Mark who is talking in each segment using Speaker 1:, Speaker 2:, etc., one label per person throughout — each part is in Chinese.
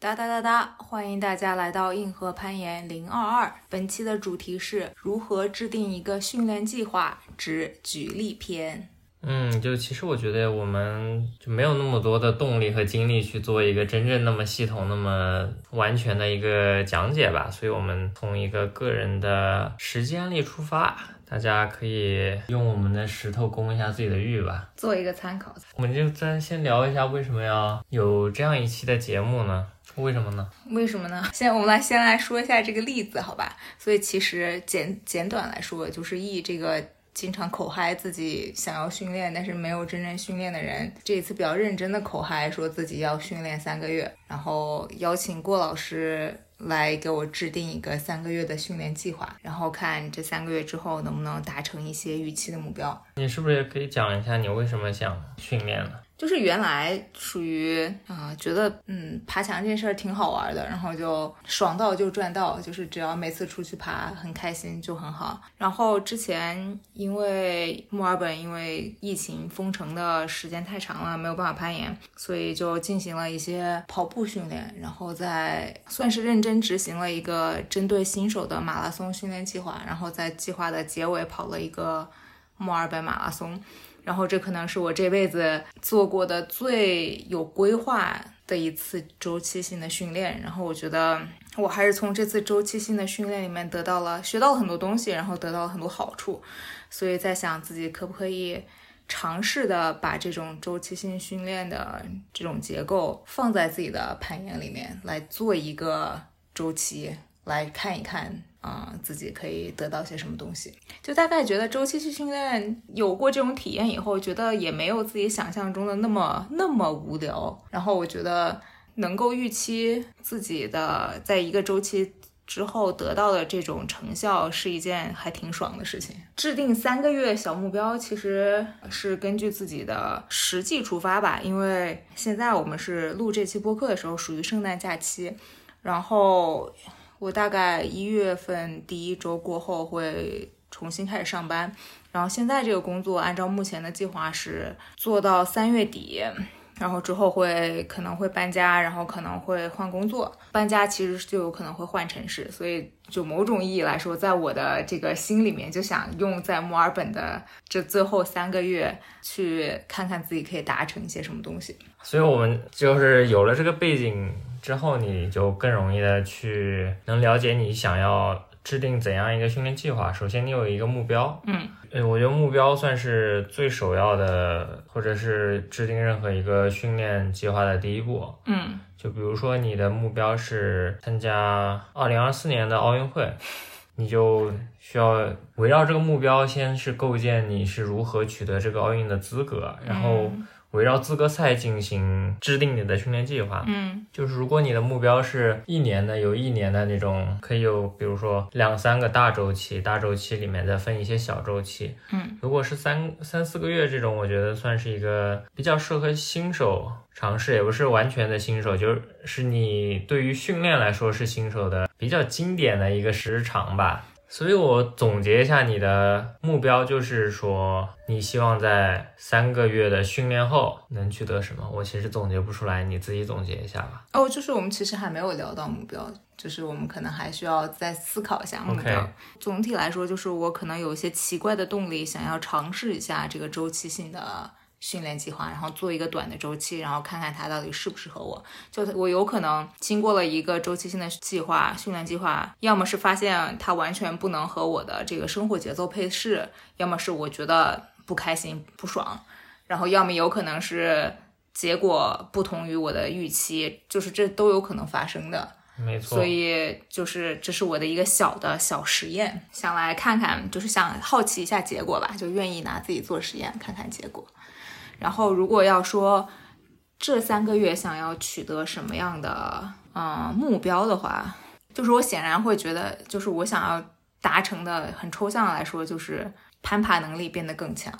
Speaker 1: 哒哒哒哒！欢迎大家来到硬核攀岩零二二。本期的主题是如何制定一个训练计划之举例篇。
Speaker 2: 嗯，就其实我觉得我们就没有那么多的动力和精力去做一个真正那么系统、那么完全的一个讲解吧，所以我们从一个个人的实践力出发，大家可以用我们的石头攻一下自己的玉吧。
Speaker 1: 做一个参考。
Speaker 2: 我们就再先聊一下为什么要有这样一期的节目呢？为什么呢？
Speaker 1: 为什么呢？ 先我们来先来说一下这个例子，好吧？所以其实简简短来说，就是以这个经常口嗨自己想要训练，但是没有真正训练的人，这一次比较认真的口嗨，说自己要训练三个月，然后邀请郭老师来给我制定一个三个月的训练计划，然后看这三个月之后能不能达成一些预期的目标。
Speaker 2: 你是不是也可以讲一下你为什么想训练呢？
Speaker 1: 就是原来属于啊、呃觉得嗯爬墙这件事儿挺好玩的，然后就爽到就赚到，就是只要每次出去爬很开心就很好。然后之前因为墨尔本因为疫情封城的时间太长了，没有办法攀岩，所以就进行了一些跑步训练，然后再算是认真执行了一个针对新手的马拉松训练计划，然后在计划的结尾跑了一个墨尔本马拉松。然后这可能是我这辈子做过的最有规划的一次周期性的训练。然后我觉得我还是从这次周期性的训练里面得到了学到了很多东西，然后得到了很多好处，所以在想自己可不可以。尝试的把这种周期性训练的这种结构放在自己的攀岩里面来做一个周期，来看一看啊、自己可以得到些什么东西。就大概觉得周期性训练有过这种体验以后，觉得也没有自己想象中的那么那么无聊。然后我觉得能够预期自己的在一个周期之后得到的这种成效，是一件还挺爽的事情。制定三个月小目标，其实是根据自己的实际出发吧，因为现在我们是录这期播客的时候属于圣诞假期，然后我大概一月份第一周过后会重新开始上班，然后现在这个工作按照目前的计划是做到三月底，然后之后会可能会搬家，然后可能会换工作。搬家其实就有可能会换城市，所以就某种意义来说，在我的这个心里面就想用在墨尔本的这最后三个月去看看自己可以达成一些什么东西。
Speaker 2: 所以我们就是有了这个背景之后，你就更容易的去能了解你想要制定怎样一个训练计划。首先，你有一个目标，
Speaker 1: 嗯，
Speaker 2: 呃，我觉得目标算是最首要的，或者是制定任何一个训练计划的第一步。
Speaker 1: 嗯，
Speaker 2: 就比如说你的目标是参加二零二四年的奥运会，你就需要围绕这个目标，先是构建你是如何取得这个奥运的资格，然后围绕资格赛进行制定你的训练计划。
Speaker 1: 嗯
Speaker 2: 就是如果你的目标是一年的，有一年的那种，可以有，比如说两三个大周期，大周期里面再分一些小周期。
Speaker 1: 嗯，
Speaker 2: 如果是三三四个月这种，我觉得算是一个比较适合新手尝试，也不是完全的新手，就是是你对于训练来说是新手的比较经典的一个时长吧。所以我总结一下，你的目标就是说，你希望在三个月的训练后能取得什么？我其实总结不出来，你自己总结一下吧。
Speaker 1: 哦，就是我们其实还没有聊到目标，就是我们可能还需要再思考一下目标。
Speaker 2: OK
Speaker 1: 总体来说，就是我可能有一些奇怪的动力，想要尝试一下这个周期性的训练计划，然后做一个短的周期，然后看看它到底适不适合我。就我有可能经过了一个周期性的计划、训练计划，要么是发现它完全不能和我的这个生活节奏配适，要么是我觉得不开心、不爽，然后要么有可能是结果不同于我的预期，就是这都有可能发生的。
Speaker 2: 没错，
Speaker 1: 所以就是这是我的一个小的小实验，想来看看，就是想好奇一下结果吧，就愿意拿自己做实验看看结果。然后如果要说这三个月想要取得什么样的嗯目标的话，就是我显然会觉得，就是我想要达成的很抽象的来说，就是攀爬能力变得更强。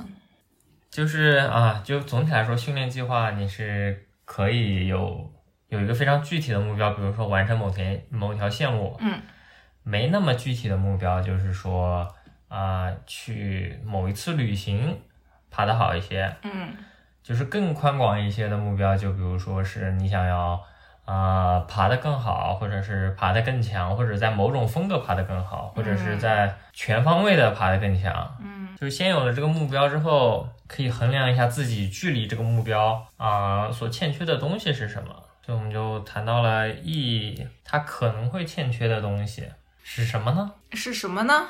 Speaker 2: 就是啊，就总体来说，训练计划你是可以有有一个非常具体的目标，比如说完成某条某条线路，
Speaker 1: 嗯，
Speaker 2: 没那么具体的目标，就是说啊、去某一次旅行爬得好一些，
Speaker 1: 嗯
Speaker 2: 就是更宽广一些的目标，就比如说是你想要啊、爬得更好，或者是爬得更强，或者在某种风格爬得更好，或者是在全方位的爬得更强。嗯，就是先有了这个目标之后，可以衡量一下自己距离这个目标啊、所欠缺的东西是什么。所以我们就谈到了 E，它可能会欠缺的东西是什么呢？
Speaker 1: 是什么呢？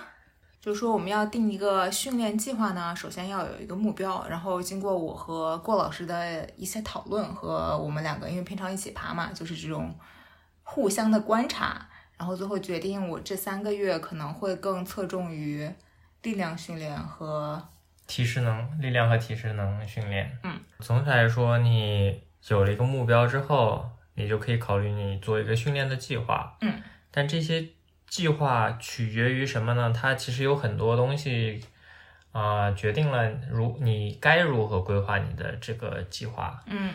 Speaker 1: 就是说我们要定一个训练计划呢，首先要有一个目标，然后经过我和郭老师的一些讨论和我们两个，因为平常一起爬嘛，就是这种互相的观察，然后最后决定我这三个月可能会更侧重于力量训练和
Speaker 2: 提示能、力量和提示能训练。
Speaker 1: 嗯，
Speaker 2: 总体来说，你有了一个目标之后，你就可以考虑你做一个训练的计划。
Speaker 1: 嗯，
Speaker 2: 但这些计划取决于什么呢？它其实有很多东西啊、决定了如你该如何规划你的这个计划。
Speaker 1: 嗯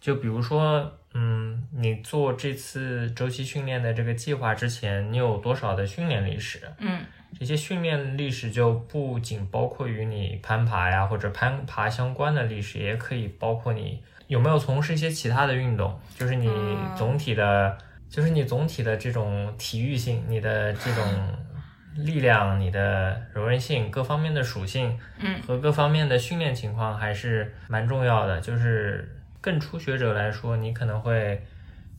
Speaker 2: 就比如说，嗯，你做这次周期训练的这个计划之前，你有多少的训练历史？
Speaker 1: 嗯
Speaker 2: 这些训练历史就不仅包括于你攀爬呀，或者攀爬相关的历史，也可以包括你有没有从事一些其他的运动，就是你
Speaker 1: 嗯
Speaker 2: 总体的，就是你总体的这种体育性，你的这种力量、你的柔韧性各方面的属性，
Speaker 1: 嗯
Speaker 2: 和各方面的训练情况还是蛮重要的。就是更初学者来说，你可能会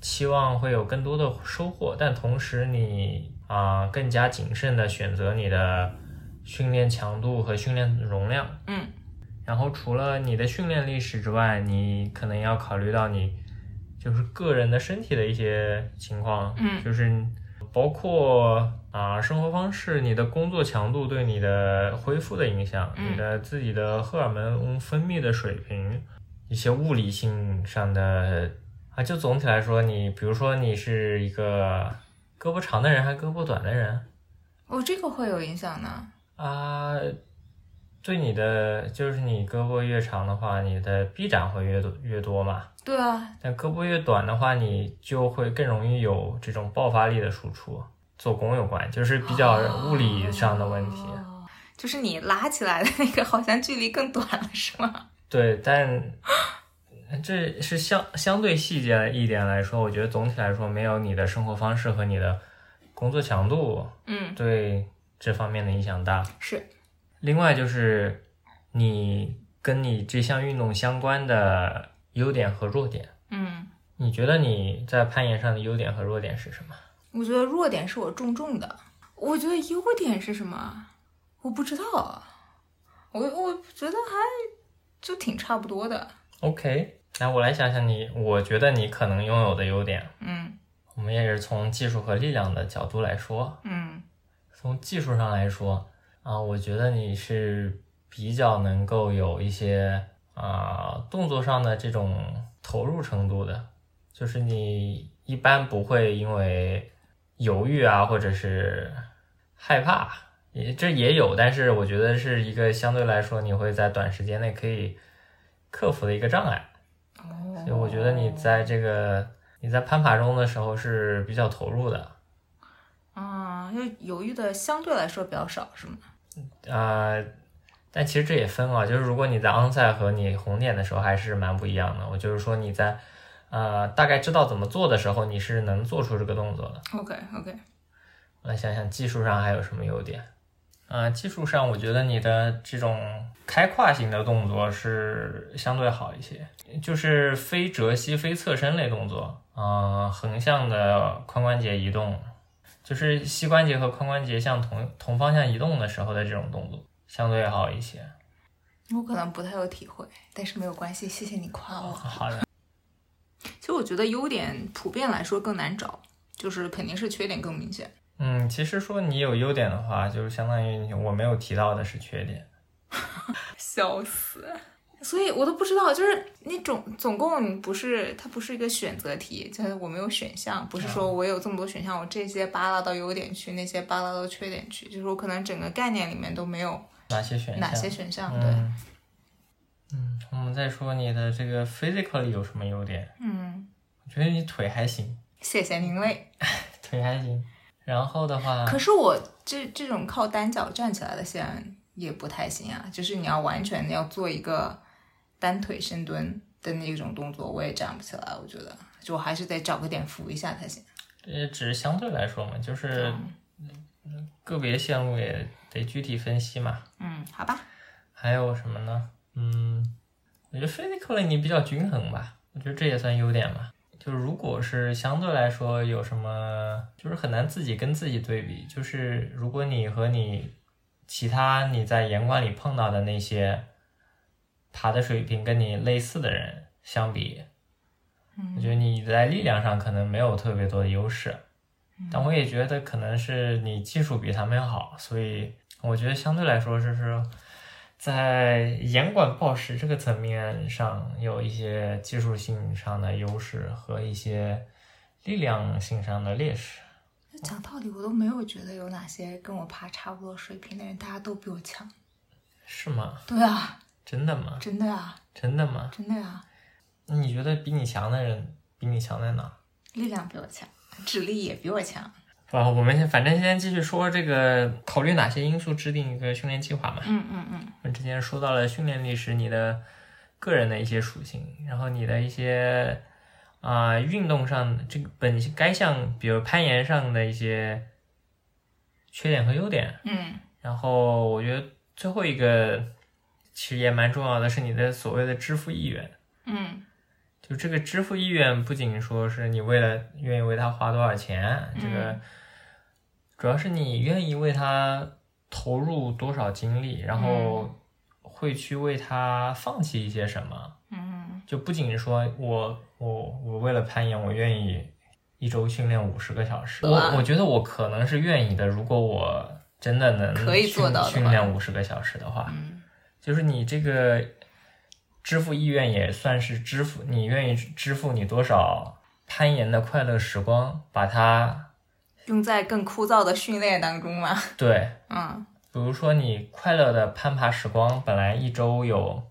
Speaker 2: 期望会有更多的收获，但同时你啊、更加谨慎的选择你的训练强度和训练容量。
Speaker 1: 嗯
Speaker 2: 然后除了你的训练历史之外，你可能要考虑到你就是个人的身体的一些情况，
Speaker 1: 嗯
Speaker 2: 就是包括啊、生活方式、你的工作强度对你的恢复的影响、
Speaker 1: 嗯
Speaker 2: 你的自己的荷尔蒙分泌的水平、一些物理性上的啊，就总体来说，你比如说你是一个胳膊长的人还是胳膊短的人，
Speaker 1: 哦，这个会有影响呢。
Speaker 2: 啊，对你的就是你胳膊越长的话，你的臂展会越多越多嘛。
Speaker 1: 对啊，
Speaker 2: 但胳膊越短的话，你就会更容易有这种爆发力的输出，做工有关，就是比较物理上的问题。
Speaker 1: 哦就是你拉起来的那个好像距离更短了，是吗？
Speaker 2: 对，但这是相相对细节一点来说，我觉得总体来说，没有你的生活方式和你的工作强度
Speaker 1: 嗯，
Speaker 2: 对这方面的影响大。
Speaker 1: 是，
Speaker 2: 另外就是你跟你这项运动相关的优点和弱点，
Speaker 1: 嗯，
Speaker 2: 你觉得你在攀岩上的优点和弱点是什么？
Speaker 1: 我觉得弱点是我重重的，我觉得优点是什么？啊我不知道，啊我我觉得还就挺差不多的。
Speaker 2: OK，那我来想想你，我觉得你可能拥有的优点，
Speaker 1: 嗯
Speaker 2: 我们也是从技术和力量的角度来说，
Speaker 1: 嗯
Speaker 2: 从技术上来说，啊，我觉得你是比较能够有一些啊动作上的这种投入程度的，就是你一般不会因为犹豫啊，或者是害怕，也这也有，但是我觉得是一个相对来说你会在短时间内可以克服的一个障碍。
Speaker 1: 哦，
Speaker 2: 所以我觉得你在这个你在攀爬中的时候是比较投入的，
Speaker 1: 啊，就犹豫的相对来说比较少，是吗？
Speaker 2: 呃，但其实这也分啊，就是如果你在 onsite 和你红点的时候还是蛮不一样的。我就是说你在呃大概知道怎么做的时候，你是能做出这个动作的。
Speaker 1: OK OK，
Speaker 2: 我来想想技术上还有什么优点。呃，技术上我觉得你的这种开胯型的动作是相对好一些，就是非折膝、非侧身类动作，呃，横向的髋关节移动，就是膝关节和髋关节向同同方向移动的时候的这种动作相对好一些。
Speaker 1: 我可能不太有体会，但是没有关系，谢谢你夸我。
Speaker 2: 好的，
Speaker 1: 其实我觉得优点普遍来说更难找，就是肯定是缺点更明显。
Speaker 2: 嗯，其实说你有优点的话，就是相当于你我没有提到的是缺点。
Speaker 1: 笑死！所以我都不知道，就是你总总共不是它不是一个选择题，就是我没有选项，不是说我有这么多选项，我这些扒拉到优点去，那些扒拉到缺点去，就是我可能整个概念里面都没有
Speaker 2: 哪些选项？
Speaker 1: 哪些选项。啊对，
Speaker 2: 嗯，嗯，我们再说你的这个 physically 有什么优点？
Speaker 1: 嗯，
Speaker 2: 我觉得你腿还行，
Speaker 1: 谢谢您嘞。
Speaker 2: 腿还行。然后的话，
Speaker 1: 可是我这这种靠单脚站起来的线也不太行啊，就是你要完全要做一个单腿深蹲的那种动作，我也站不起来，我觉得就还是得找个点扶一下才行。
Speaker 2: 这也只是相对来说嘛，就是个别线路也得具体分析嘛。
Speaker 1: 嗯，好吧，
Speaker 2: 还有什么呢？嗯，我觉得 physically 你比较均衡吧，我觉得这也算优点吧。就是如果是相对来说有什么，就是很难自己跟自己对比。就是如果你和你其他你在岩馆里碰到的那些爬的水平跟你类似的人相比，我觉得你在力量上可能没有特别多的优势，但我也觉得可能是你技术比他们要好，所以我觉得相对来说就是在严管暴食这个层面上有一些技术性上的优势和一些力量性上的劣势。
Speaker 1: 就讲道理，我都没有觉得有哪些跟我爬差不多水平的人，大家都比我强。
Speaker 2: 是吗？
Speaker 1: 对啊，
Speaker 2: 真的吗？
Speaker 1: 真的啊，
Speaker 2: 真的吗？
Speaker 1: 真的啊，
Speaker 2: 那你觉得比你强的人比你强在哪？
Speaker 1: 力量比我强，智力也比我强。
Speaker 2: 啊，我们先反正先继续说这个，考虑哪些因素制定一个训练计划嘛。
Speaker 1: 嗯嗯嗯，
Speaker 2: 我们之前说到了训练历史，你的个人的一些属性，然后你的一些啊、运动上这个本该项，比如攀岩上的一些缺点和优点，
Speaker 1: 嗯，
Speaker 2: 然后我觉得最后一个其实也蛮重要的是你的所谓的支付意愿。
Speaker 1: 嗯，
Speaker 2: 就这个支付意愿，不仅说是你为了愿意为他花多少钱，这
Speaker 1: 嗯
Speaker 2: 个主要是你愿意为他投入多少精力，然后
Speaker 1: 嗯
Speaker 2: 会去为他放弃一些什么。嗯，就不仅是说我我我为了攀岩，我愿意一周训练五十个小时。
Speaker 1: 哇
Speaker 2: 我我觉得我可能是愿意的，如果我真的能
Speaker 1: 可以做
Speaker 2: 训
Speaker 1: 到的
Speaker 2: 训
Speaker 1: 话
Speaker 2: 练五十个小时的话，
Speaker 1: 嗯
Speaker 2: 就是你这个支付意愿也算是支付，你愿意支付你多少攀岩的快乐时光，把它
Speaker 1: 用在更枯燥的训练当中嘛。
Speaker 2: 对，
Speaker 1: 嗯
Speaker 2: 比如说你快乐的攀爬时光，本来一周有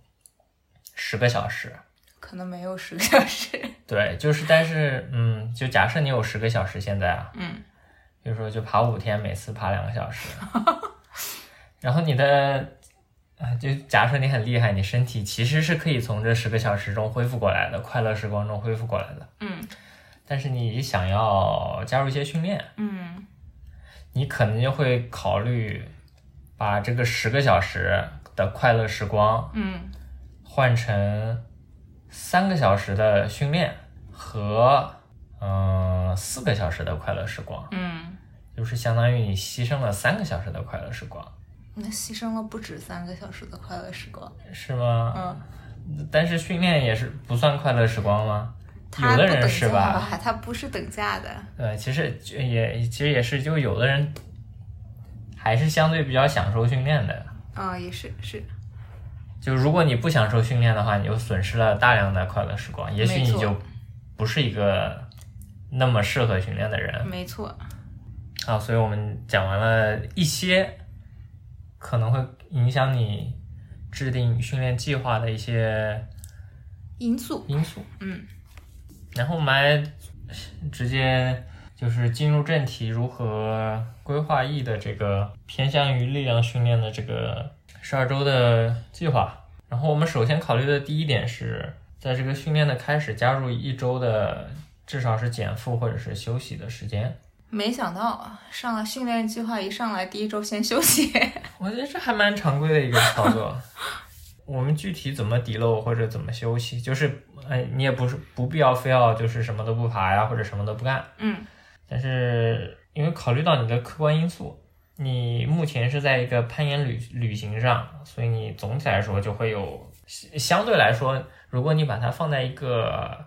Speaker 2: 十个小时，
Speaker 1: 可能没有十个小时。
Speaker 2: 对，就是但是嗯，就假设你有十个小时现在啊，
Speaker 1: 嗯，
Speaker 2: 比如说就爬五天，每次爬两个小时，然后你的。啊，就假设你很厉害，你身体其实是可以从这十个小时中恢复过来的，快乐时光中恢复过来的。
Speaker 1: 嗯
Speaker 2: 但是你想要加入一些训练，
Speaker 1: 嗯
Speaker 2: 你可能就会考虑把这个十个小时的快乐时光
Speaker 1: 嗯
Speaker 2: 换成三个小时的训练和嗯四、个小时的快乐时光，
Speaker 1: 嗯，
Speaker 2: 就是相当于你牺牲了三个小时的快乐时光，
Speaker 1: 那牺牲了不止三个小时的快乐时光。
Speaker 2: 是吗？
Speaker 1: 嗯，
Speaker 2: 但是训练也是不算快乐时光吗？
Speaker 1: 它
Speaker 2: 有
Speaker 1: 不
Speaker 2: 的
Speaker 1: 等
Speaker 2: 人
Speaker 1: 价
Speaker 2: 是吧？
Speaker 1: 吧？它不是等价的。
Speaker 2: 呃，其实就也其实也是，就有的人还是相对比较享受训练的。
Speaker 1: 嗯，也是是，
Speaker 2: 就如果你不享受训练的话，你就损失了大量的快乐时光，也许
Speaker 1: 没
Speaker 2: 你
Speaker 1: 错
Speaker 2: 就不是一个那么适合训练的人
Speaker 1: 没错。
Speaker 2: 啊。所以我们讲完了一些可能会影响你制定训练计划的一些
Speaker 1: 因素，
Speaker 2: 因素，
Speaker 1: 嗯
Speaker 2: 然后我们还直接就是进入正题，如何规划 E 的这个偏向于力量训练的这个十二周的计划。然后我们首先考虑的第一点是，在这个训练的开始加入一周的至少是减负或者是休息的时间。
Speaker 1: 没想到啊上了训练计划一上来，第一周先休息。
Speaker 2: 我觉得这还蛮常规的一个操作。 我们具体怎么底漏或者怎么休息，就是哎，你也不是不必要非要就是什么都不爬呀，或者什么都不干。
Speaker 1: 嗯
Speaker 2: 但是因为考虑到你的客观因素，你目前是在一个攀岩旅旅行上，所以你总体来说就会有相相对来说，如果你把它放在一个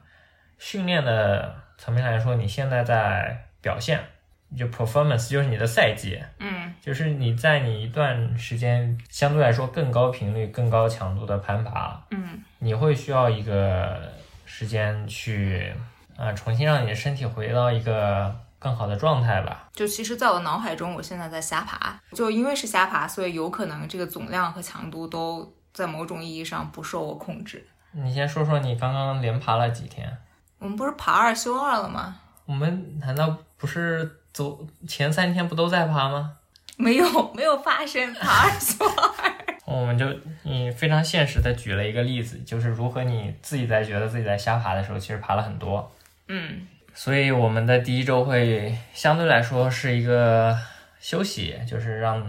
Speaker 2: 训练的层面来说，你现在在表现，你就 performance 就是你的赛季，
Speaker 1: 嗯
Speaker 2: 就是你在你一段时间相对来说更高频率、更高强度的攀爬，
Speaker 1: 嗯
Speaker 2: 你会需要一个时间去啊、呃重新让你的身体回到一个更好的状态吧。
Speaker 1: 就其实，在我脑海中，我现在在瞎爬，就因为是瞎爬，所以有可能这个总量和强度都在某种意义上不受我控制。
Speaker 2: 你先说说你刚刚连爬了几天？
Speaker 1: 我们不是爬二休二了吗？
Speaker 2: 我们难道不是走前三天不都在爬吗？
Speaker 1: 没有，没有发生爬二休二。
Speaker 2: 我们就你非常现实的举了一个例子，就是如何你自己在觉得自己在瞎爬的时候，其实爬了很多，
Speaker 1: 嗯
Speaker 2: 所以我们的第一周会相对来说是一个休息，就是让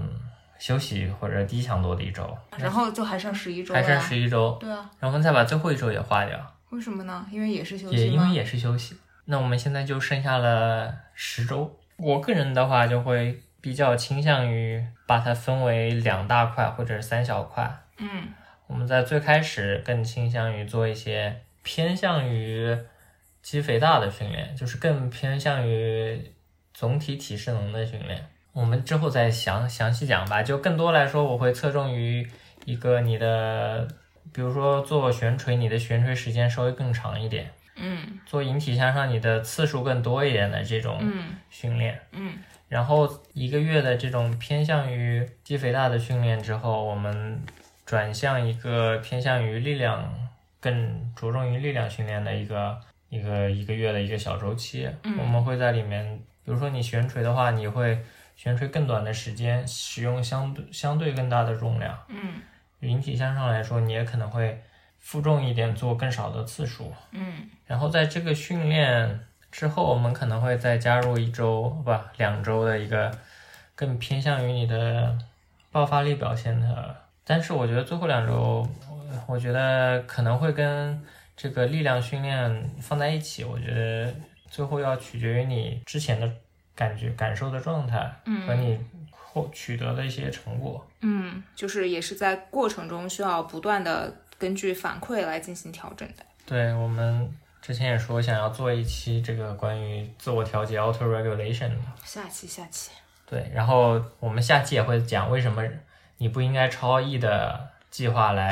Speaker 2: 休息或者低强度的一周，
Speaker 1: 嗯然后就还剩十一周啊
Speaker 2: 还
Speaker 1: 了
Speaker 2: 剩
Speaker 1: 呀。
Speaker 2: 十一周，
Speaker 1: 对啊，
Speaker 2: 然后我们再把最后一周也花掉，
Speaker 1: 为什么呢？因为也是休
Speaker 2: 也
Speaker 1: 息
Speaker 2: 因为
Speaker 1: 吗？
Speaker 2: 也是休息。那我们现在就剩下了十周。我个人的话就会比较倾向于把它分为两大块或者是三小块，
Speaker 1: 嗯
Speaker 2: 我们在最开始更倾向于做一些偏向于肌肥大的训练，就是更偏向于总体体适能的训练。我们之后再详详细讲吧。就更多来说，我会侧重于一个你的，比如说做悬垂，你的悬垂时间稍微更长一点；
Speaker 1: 嗯
Speaker 2: 做引体向上，你的次数更多一点的这种
Speaker 1: 嗯
Speaker 2: 训练。
Speaker 1: 嗯
Speaker 2: 然后一个月的这种偏向于肌肥大的训练之后，我们转向一个偏向于力量，更着重于力量训练的一个一个一个月的一个小周期。
Speaker 1: 嗯
Speaker 2: 我们会在里面，比如说你悬垂的话，你会悬垂更短的时间，使用相对相对更大的重量。
Speaker 1: 嗯
Speaker 2: 引体向上来说，你也可能会负重一点，做更少的次数。
Speaker 1: 嗯
Speaker 2: 然后在这个训练之后，我们可能会再加入一周不两周的一个更偏向于你的爆发力表现的。但是我觉得最后两周，我我觉得可能会跟这个力量训练放在一起。我觉得最后要取决于你之前的感觉、感受的状态和
Speaker 1: 嗯
Speaker 2: 你后取得的一些成果。
Speaker 1: 嗯，就是也是在过程中需要不断的根据反馈来进行调整的。
Speaker 2: 对我们之前也说想要做一期这个关于自我调节 （auto regulation） 的。
Speaker 1: 下期下期，
Speaker 2: 对，然后我们下期也会讲为什么你不应该超 E 的计划来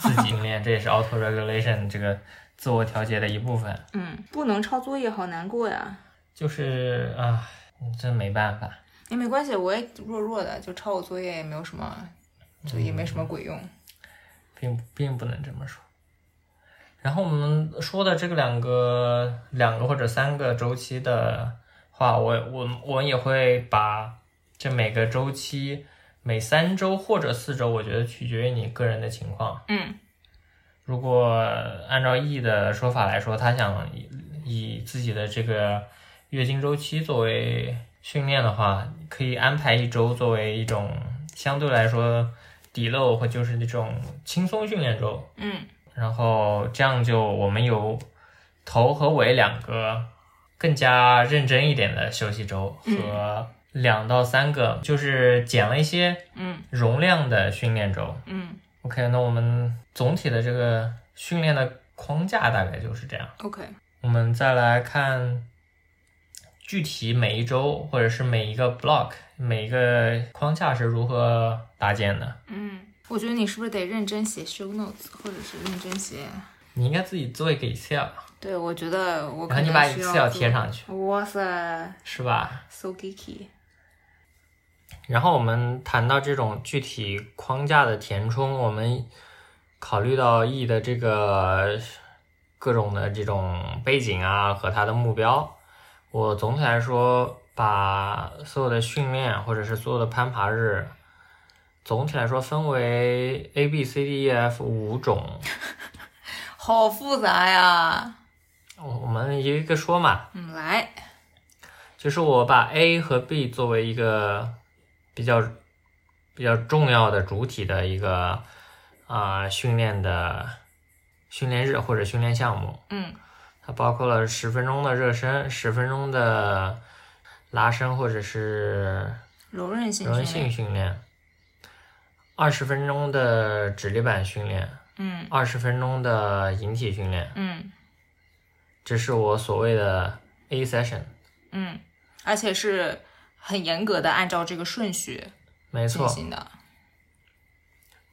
Speaker 2: 自己训练，这也是 auto regulation 这个自我调节的一部分。
Speaker 1: 嗯，不能抄作业，好难过呀。
Speaker 2: 就是啊，真没办法。
Speaker 1: 也没关系，我也弱弱的，就抄我作业也没有什么，就也没什么鬼用。
Speaker 2: 并并不能这么说。然后我们说的这个两个两个或者三个周期的话，我我我也会把这每个周期每三周或者四周，我觉得取决于你个人的情况。
Speaker 1: 嗯，
Speaker 2: 如果按照 E 的说法来说，他想以以自己的这个月经周期作为训练的话，可以安排一周作为一种相对来说底漏或就是那种轻松训练周，
Speaker 1: 嗯
Speaker 2: 然后这样就我们有头和尾两个更加认真一点的休息周和两到三个就是减了一些
Speaker 1: 嗯
Speaker 2: 容量的训练周。
Speaker 1: 嗯
Speaker 2: OK，那我们总体的这个训练的框架大概就是这样。
Speaker 1: ，OK，
Speaker 2: 我们再来看具体每一周或者是每一个 block 每一个框架是如何搭建的。
Speaker 1: 嗯，我觉得你是不是得认真写 show notes，或者是认真写？
Speaker 2: 你应该自己做一个 Excel，
Speaker 1: 对，我觉得我
Speaker 2: 然
Speaker 1: 可
Speaker 2: 后
Speaker 1: 能
Speaker 2: 你把
Speaker 1: 需
Speaker 2: Excel
Speaker 1: 要做
Speaker 2: 贴。上去，
Speaker 1: 哇塞
Speaker 2: 是吧？
Speaker 1: ，so geeky。
Speaker 2: 然后我们谈到这种具体框架的填充，我们考虑到 E 的这个各种的这种背景啊和它的目标，我总体来说把所有的训练或者是所有的攀爬日，总体来说分为 A、B、C、D、E、F 五种，
Speaker 1: 好复杂呀。
Speaker 2: 我我们一个一个说嘛。
Speaker 1: 嗯，来，
Speaker 2: 就是我把 A 和 B 作为一个比较比较重要的主体的一个啊、呃训练的训练日或者训练项目，
Speaker 1: 嗯
Speaker 2: 它包括了十分钟的热身、十分钟的拉伸或者是
Speaker 1: 柔韧性
Speaker 2: 柔韧
Speaker 1: 训练，
Speaker 2: 性训练，二十分钟的指力板训练，
Speaker 1: 嗯
Speaker 2: 二十分钟的引体训练，
Speaker 1: 嗯
Speaker 2: 这是我所谓的 A session。
Speaker 1: 嗯，而且是很严格的按照这个顺序
Speaker 2: 没错
Speaker 1: 进，行的。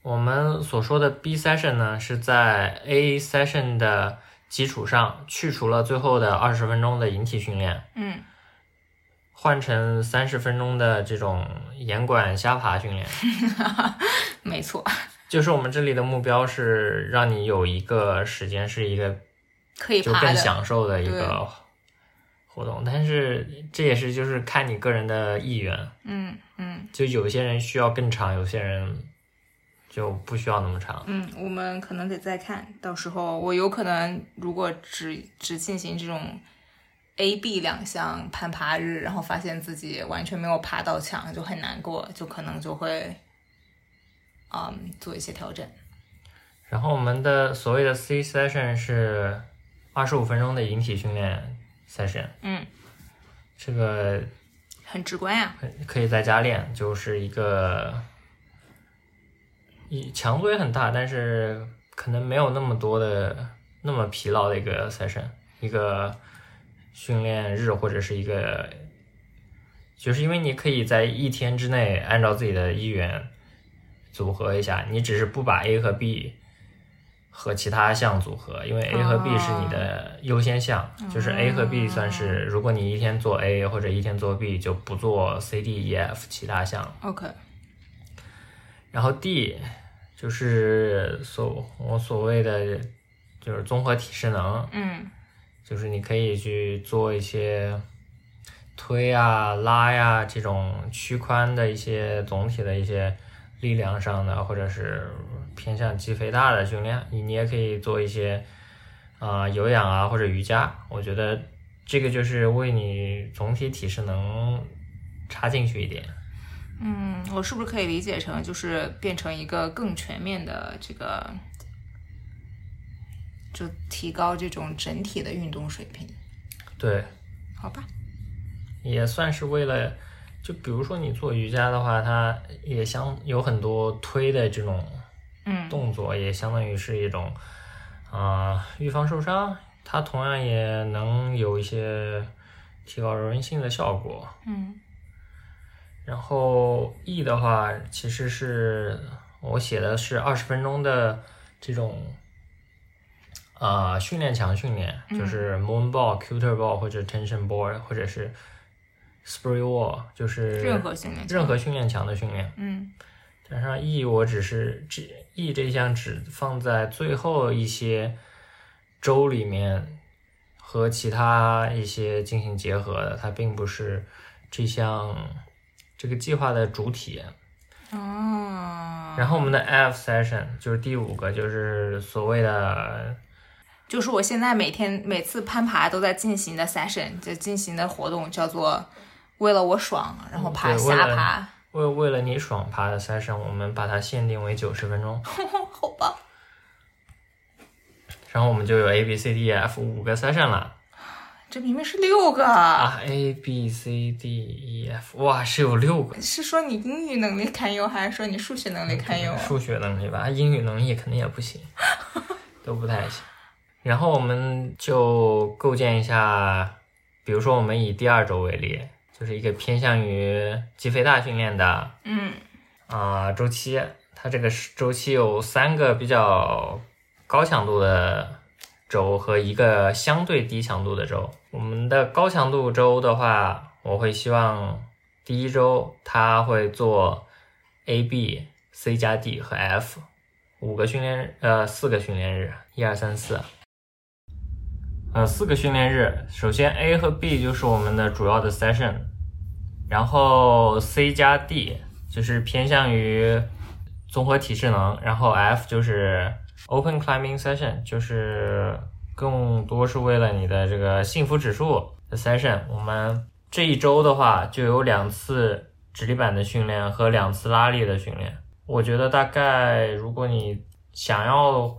Speaker 2: 我们所说的 B session 呢，是在 A session 的基础上去除了最后的二十分钟的引体训练，
Speaker 1: 嗯
Speaker 2: 换成三十分钟的这种岩管下爬训练。
Speaker 1: 没错，
Speaker 2: 就是我们这里的目标是让你有一个时间是一个
Speaker 1: 可以
Speaker 2: 就
Speaker 1: 爬
Speaker 2: 更
Speaker 1: 的。
Speaker 2: 享受的一
Speaker 1: 对
Speaker 2: 个活动，但是这也是就是看你个人的意愿，
Speaker 1: 嗯嗯
Speaker 2: 就有些人需要更长，有些人就不需要那么长。
Speaker 1: 嗯，我们可能得再看，到时候我有可能如果只只进行这种 A、B 两项攀爬日，然后发现自己完全没有爬到墙，就很难过，就可能就会，嗯，做一些调整。
Speaker 2: 然后我们的所谓的 C session 是二十五分钟的引体训练 session，
Speaker 1: 嗯，
Speaker 2: 这个
Speaker 1: 很直观呀、
Speaker 2: 可以在家练，就是一个一强度也很大，但是可能没有那么多的那么疲劳的一个 session，一个训练日或者是一个，就是因为你可以在一天之内按照自己的意愿组合一下，你只是不把 A 和 B 和其他项组合，因为 A 和 B 是你的优先项，就是 A 和 B 算是如果你一天做 A 或者一天做 B 就不做 C、D、E、F 其他项了
Speaker 1: OK，
Speaker 2: 然后 D 就是所我所谓的就是综合体适能，
Speaker 1: 嗯
Speaker 2: 就是你可以去做一些推啊、拉呀、这种屈髋的一些总体的一些力量上的，或者是偏向肌肥大的训练，你你也可以做一些啊、呃有氧啊或者瑜伽。我觉得这个就是为你总体体适能插进去一点。
Speaker 1: 嗯，我是不是可以理解成就是变成一个更全面的这个，就提高这种整体的运动水平？
Speaker 2: 对，
Speaker 1: 好吧，
Speaker 2: 也算是为了，就比如说你做瑜伽的话，它也相有很多推的这种
Speaker 1: 嗯
Speaker 2: 动作，也相当于是一种啊、呃预防受伤，它同样也能有一些提高柔韧性的效果。
Speaker 1: 嗯
Speaker 2: 然后 E 的话，其实是我写的是二十分钟的这种，呃，训练墙训练，就是 moon ball、cutter ball 或者 tension ball 或者是 spring wall，就是
Speaker 1: 任何训练
Speaker 2: 任何训练墙的训练。
Speaker 1: 嗯
Speaker 2: 加上 E，我只是这 E 这项只放在最后一些周里面和其他一些进行结合的，它并不是这项这个计划的主体。
Speaker 1: 哦，
Speaker 2: 然后我们的 F session 就是第五个，就是所谓的
Speaker 1: 就是我现在每天每次攀爬都在进行的 session，就进行的活动叫做为了我爽，然后爬
Speaker 2: 嗯对为了
Speaker 1: 瞎爬，
Speaker 2: 为为了你爽爬的 session，我们把它限定为九十分钟。
Speaker 1: 好吧，
Speaker 2: 然后我们就有 A B C D E F 五个 session 了
Speaker 1: 这明明是六个，
Speaker 2: 啊，A B C D E F，哇，是有六个。
Speaker 1: 是说你英语能力堪忧，还是说你数学能力堪忧？
Speaker 2: 嗯数学能力吧，英语能力肯定也不行，都不太行。然后我们就构建一下，比如说我们以第二周为例，就是一个偏向于肌肥大训练的
Speaker 1: 嗯
Speaker 2: 啊、周期，它这个是周期有三个比较高强度的周和一个相对低强度的周。我们的高强度周的话，我会希望第一周它会做 A、B、C 加 D 和 F 五个训练日呃四个训练日，一二三四。呃，四个训练日，首先 A 和 B 就是我们的主要的 session，然后 C 加 D 就是偏向于综合体适能，然后 F 就是 Open Climbing Session，就是更多是为了你的这个幸福指数的 session。我们这一周的话，就有两次直立板的训练和两次拉力的训练。我觉得大概如果你想要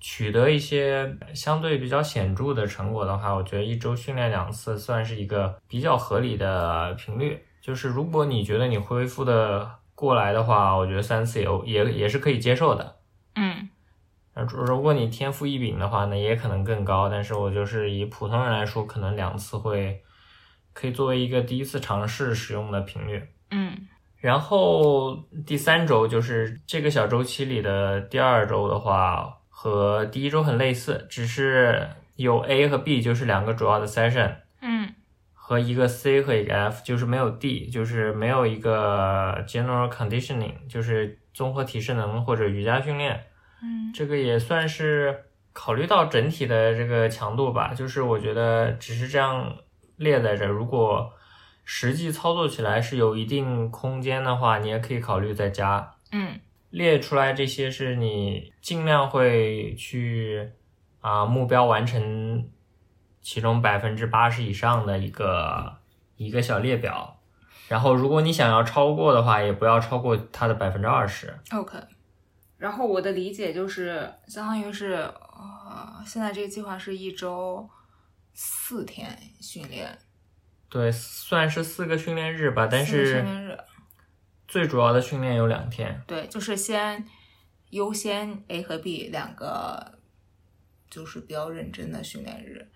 Speaker 2: 取得一些相对比较显著的成果的话，我觉得一周训练两次算是一个比较合理的频率。就是如果你觉得你恢复的过来的话，我觉得三次也也也是可以接受的。
Speaker 1: 嗯
Speaker 2: 那如如果你天赋异禀的话呢，也可能更高。但是我就是以普通人来说，可能两次会可以作为一个第一次尝试使用的频率。
Speaker 1: 嗯
Speaker 2: 然后第三周就是这个小周期里的第二周的话，和第一周很类似，只是有 A 和 B，就是两个主要的 session，
Speaker 1: 嗯
Speaker 2: 和一个 C 和一个 F，就是没有 D，就是没有一个 general conditioning，就是综合体适能或者瑜伽训练。
Speaker 1: 嗯
Speaker 2: 这个也算是考虑到整体的这个强度吧，就是我觉得只是这样列在这，如果实际操作起来是有一定空间的话，你也可以考虑在家
Speaker 1: 嗯
Speaker 2: 列出来这些是你尽量会去啊、目标完成其中百分之八十以上的一个一个小列表。然后，如果你想要超过的话，也不要超过它的百分之二十。
Speaker 1: OK，然后我的理解就是，相当于是，呃，现在这个计划是一周四天训练，
Speaker 2: 对，算是四个训练日吧，但
Speaker 1: 四个训
Speaker 2: 是
Speaker 1: 练日，
Speaker 2: 最主要的训练有两天。
Speaker 1: 对，就是先优先 A 和 B 两个，就是比较认真的训练日。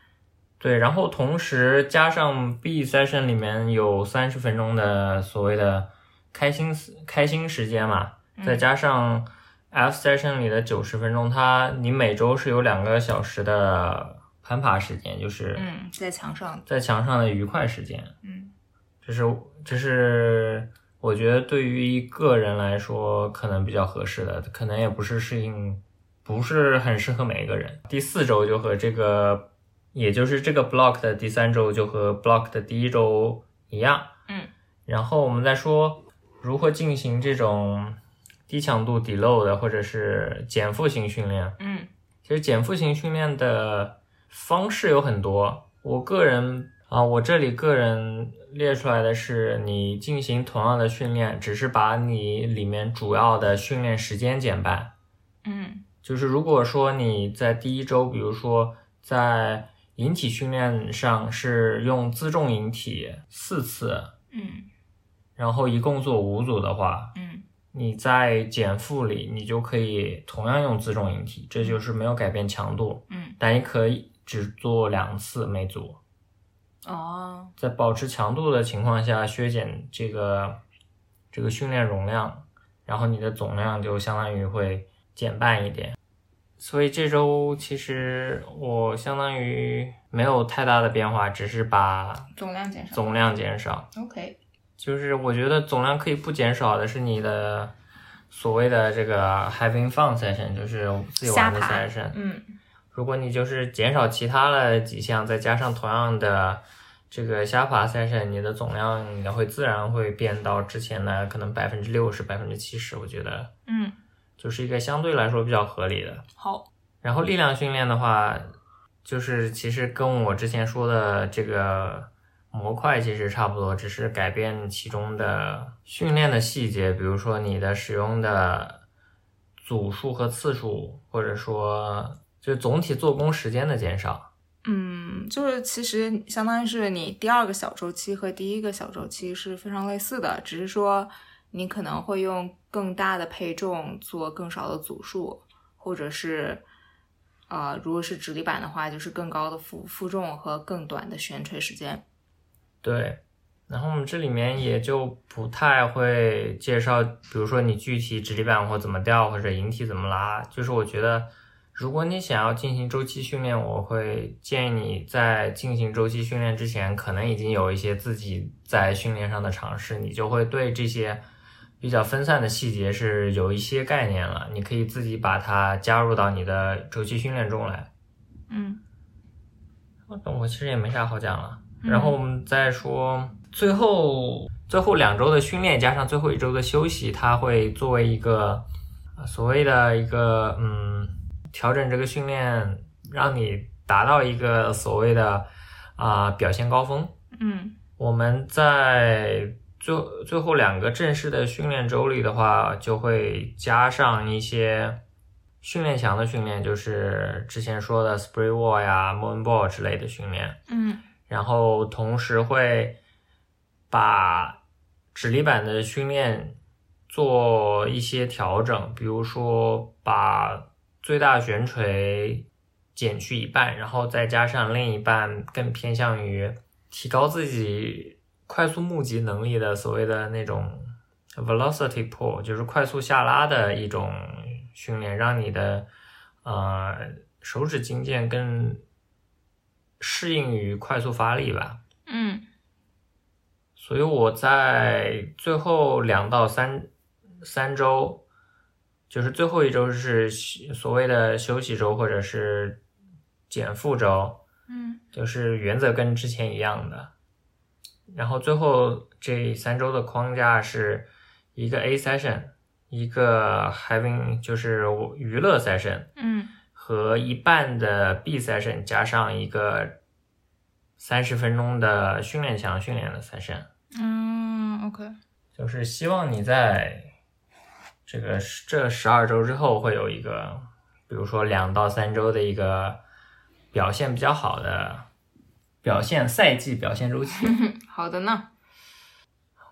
Speaker 2: 对，然后同时加上 B session 里面有三十分钟的所谓的开心时开心时间嘛，
Speaker 1: 嗯
Speaker 2: 再加上 F session 里的九十分钟，它你每周是有两个小时的攀爬时间，就是
Speaker 1: 嗯，在墙上，
Speaker 2: 在墙上的愉快时间。
Speaker 1: 嗯
Speaker 2: 这是这是我觉得对于一个人来说可能比较合适的，可能也不是适应，不是很适合每一个人。第四周就和这个，也就是这个 block 的第三周就和 block 的第一周一样。
Speaker 1: 嗯，
Speaker 2: 然后我们再说如何进行这种低强度 deload 的或者是减负型训练。
Speaker 1: 嗯
Speaker 2: 其实减负型训练的方式有很多，我个人啊，我这里个人列出来的是，你进行同样的训练，只是把你里面主要的训练时间减半。
Speaker 1: 嗯
Speaker 2: 就是如果说你在第一周，比如说在引体训练上是用自重引体四次，
Speaker 1: 嗯
Speaker 2: 然后一共做五组的话，
Speaker 1: 嗯
Speaker 2: 你在减负里，你就可以同样用自重引体，这就是没有改变强度，
Speaker 1: 嗯，
Speaker 2: 但你可以只做两次每组，
Speaker 1: 哦，
Speaker 2: 在保持强度的情况下削减这个这个训练容量，然后你的总量就相当于会减半一点。所以这周其实我相当于没有太大的变化，只是把
Speaker 1: 总量减少。
Speaker 2: 总量减少。
Speaker 1: OK，
Speaker 2: 就是我觉得总量可以不减少的是你的所谓的这个 having fun session，就是自己玩的
Speaker 1: 瞎爬
Speaker 2: session。
Speaker 1: 嗯
Speaker 2: 如果你就是减少其他的几项，再加上同样的这个瞎爬 session，你的总量应该会自然会变到之前的可能百分之六十、百分之七十，我觉得
Speaker 1: 嗯，
Speaker 2: 就是一个相对来说比较合理的。
Speaker 1: 好，
Speaker 2: 然后力量训练的话，就是其实跟我之前说的这个模块其实差不多，只是改变其中的训练的细节，比如说你的使用的组数和次数，或者说就总体做工时间的减少。
Speaker 1: 嗯，就是其实相当于是你第二个小周期和第一个小周期是非常类似的，只是说你可能会用更大的配重做更少的组数，或者是呃，如果是直立板的话，就是更高的负负重和更短的悬垂时间。
Speaker 2: 对，然后我们这里面也就不太会介绍，比如说你具体直立板或怎么吊，或者引体怎么拉。就是我觉得，如果你想要进行周期训练，我会建议你在进行周期训练之前，可能已经有一些自己在训练上的尝试，你就会对这些比较分散的细节是有一些概念了。你可以自己把它加入到你的周期训练中来。
Speaker 1: 嗯
Speaker 2: 我其实也没啥好讲了。
Speaker 1: 嗯
Speaker 2: 然后我们再说最后最后两周的训练加上最后一周的休息，它会作为一个呃所谓的一个嗯调整这个训练，让你达到一个所谓的啊、表现高峰。
Speaker 1: 嗯
Speaker 2: 我们在最最后两个正式的训练周里的话，就会加上一些训练墙的训练，就是之前说的 spring wall 呀、moon ball 之类的训练。
Speaker 1: 嗯
Speaker 2: 然后同时会把直立板的训练做一些调整，比如说把最大悬垂减去一半，然后再加上另一半更偏向于提高自己快速募集能力的所谓的那种 velocity pull，就是快速下拉的一种训练，让你的呃手指筋腱更适应于快速发力吧。
Speaker 1: 嗯
Speaker 2: 所以我在最后两到三三周，就是最后一周是休所谓的休息周或者是减负周，
Speaker 1: 嗯
Speaker 2: 就是原则跟之前一样的。然后最后这三周的框架是一个 A session，一个 having 就是娱乐 session，
Speaker 1: 嗯
Speaker 2: 和一半的 B session 加上一个三十分钟的训练墙训练了三山，
Speaker 3: 嗯，OK，
Speaker 2: 就是希望你在这个这十二周之后会有一个，比如说两到三周的一个表现比较好的表现赛季表现周期。
Speaker 1: 好的呢，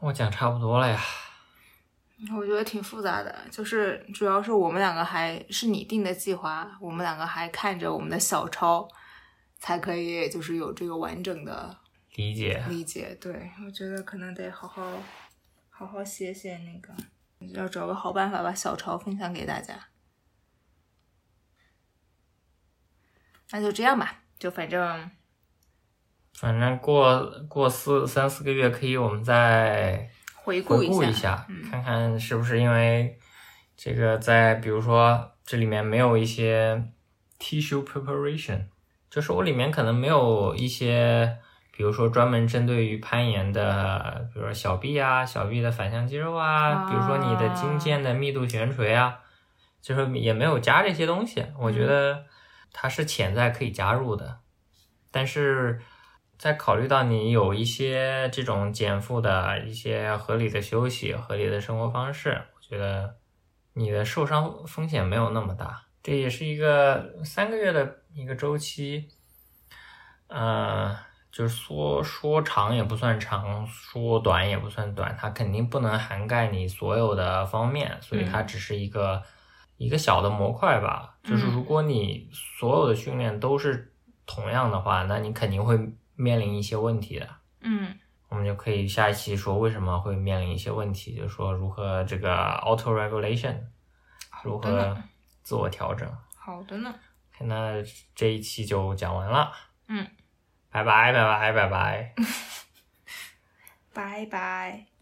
Speaker 2: 我讲差不多了呀，
Speaker 1: 我觉得挺复杂的，就是主要是我们两个还是你定的计划，我们两个还看着我们的小抄，才可以就是有这个完整的
Speaker 2: 理解
Speaker 1: 理解。对，我觉得可能得好好好好写写那个，要找个好办法把小抄分享给大家。那就这样吧，就反正
Speaker 2: 反正过过四三四个月可以，我们再
Speaker 1: 回顾
Speaker 2: 回
Speaker 1: 一
Speaker 2: 顾
Speaker 1: 下，嗯
Speaker 2: 一下，看看是不是因为这个在比如说这里面没有一些 tissue preparation，就是我里面可能没有一些，比如说专门针对于攀岩的，比如说小臂啊、小臂的反向肌肉啊，比如说你的
Speaker 1: 啊
Speaker 2: 筋腱的密度悬垂啊，就是也没有加这些东西，我觉得它是潜在可以加入的。但是在考虑到你有一些这种减负的一些合理的休息、合理的生活方式，我觉得你的受伤风险没有那么大。这也是一个三个月的一个周期，呃，就是说说长也不算长，说短也不算短，它肯定不能涵盖你所有的方面，所以它只是一个、一个小的模块吧。就是
Speaker 1: 嗯
Speaker 2: 如果你所有的训练都是同样的话，那你肯定会面临一些问题的。
Speaker 1: 嗯
Speaker 2: 我们就可以下一期说为什么会面临一些问题，就是说如何这个 auto regulation，如
Speaker 1: 好的
Speaker 2: 何
Speaker 1: 呢
Speaker 2: 自我调整。
Speaker 1: 好的呢，
Speaker 2: OK，那这一期就讲完了。
Speaker 1: 嗯，
Speaker 2: 拜拜拜拜拜拜。
Speaker 1: 拜拜。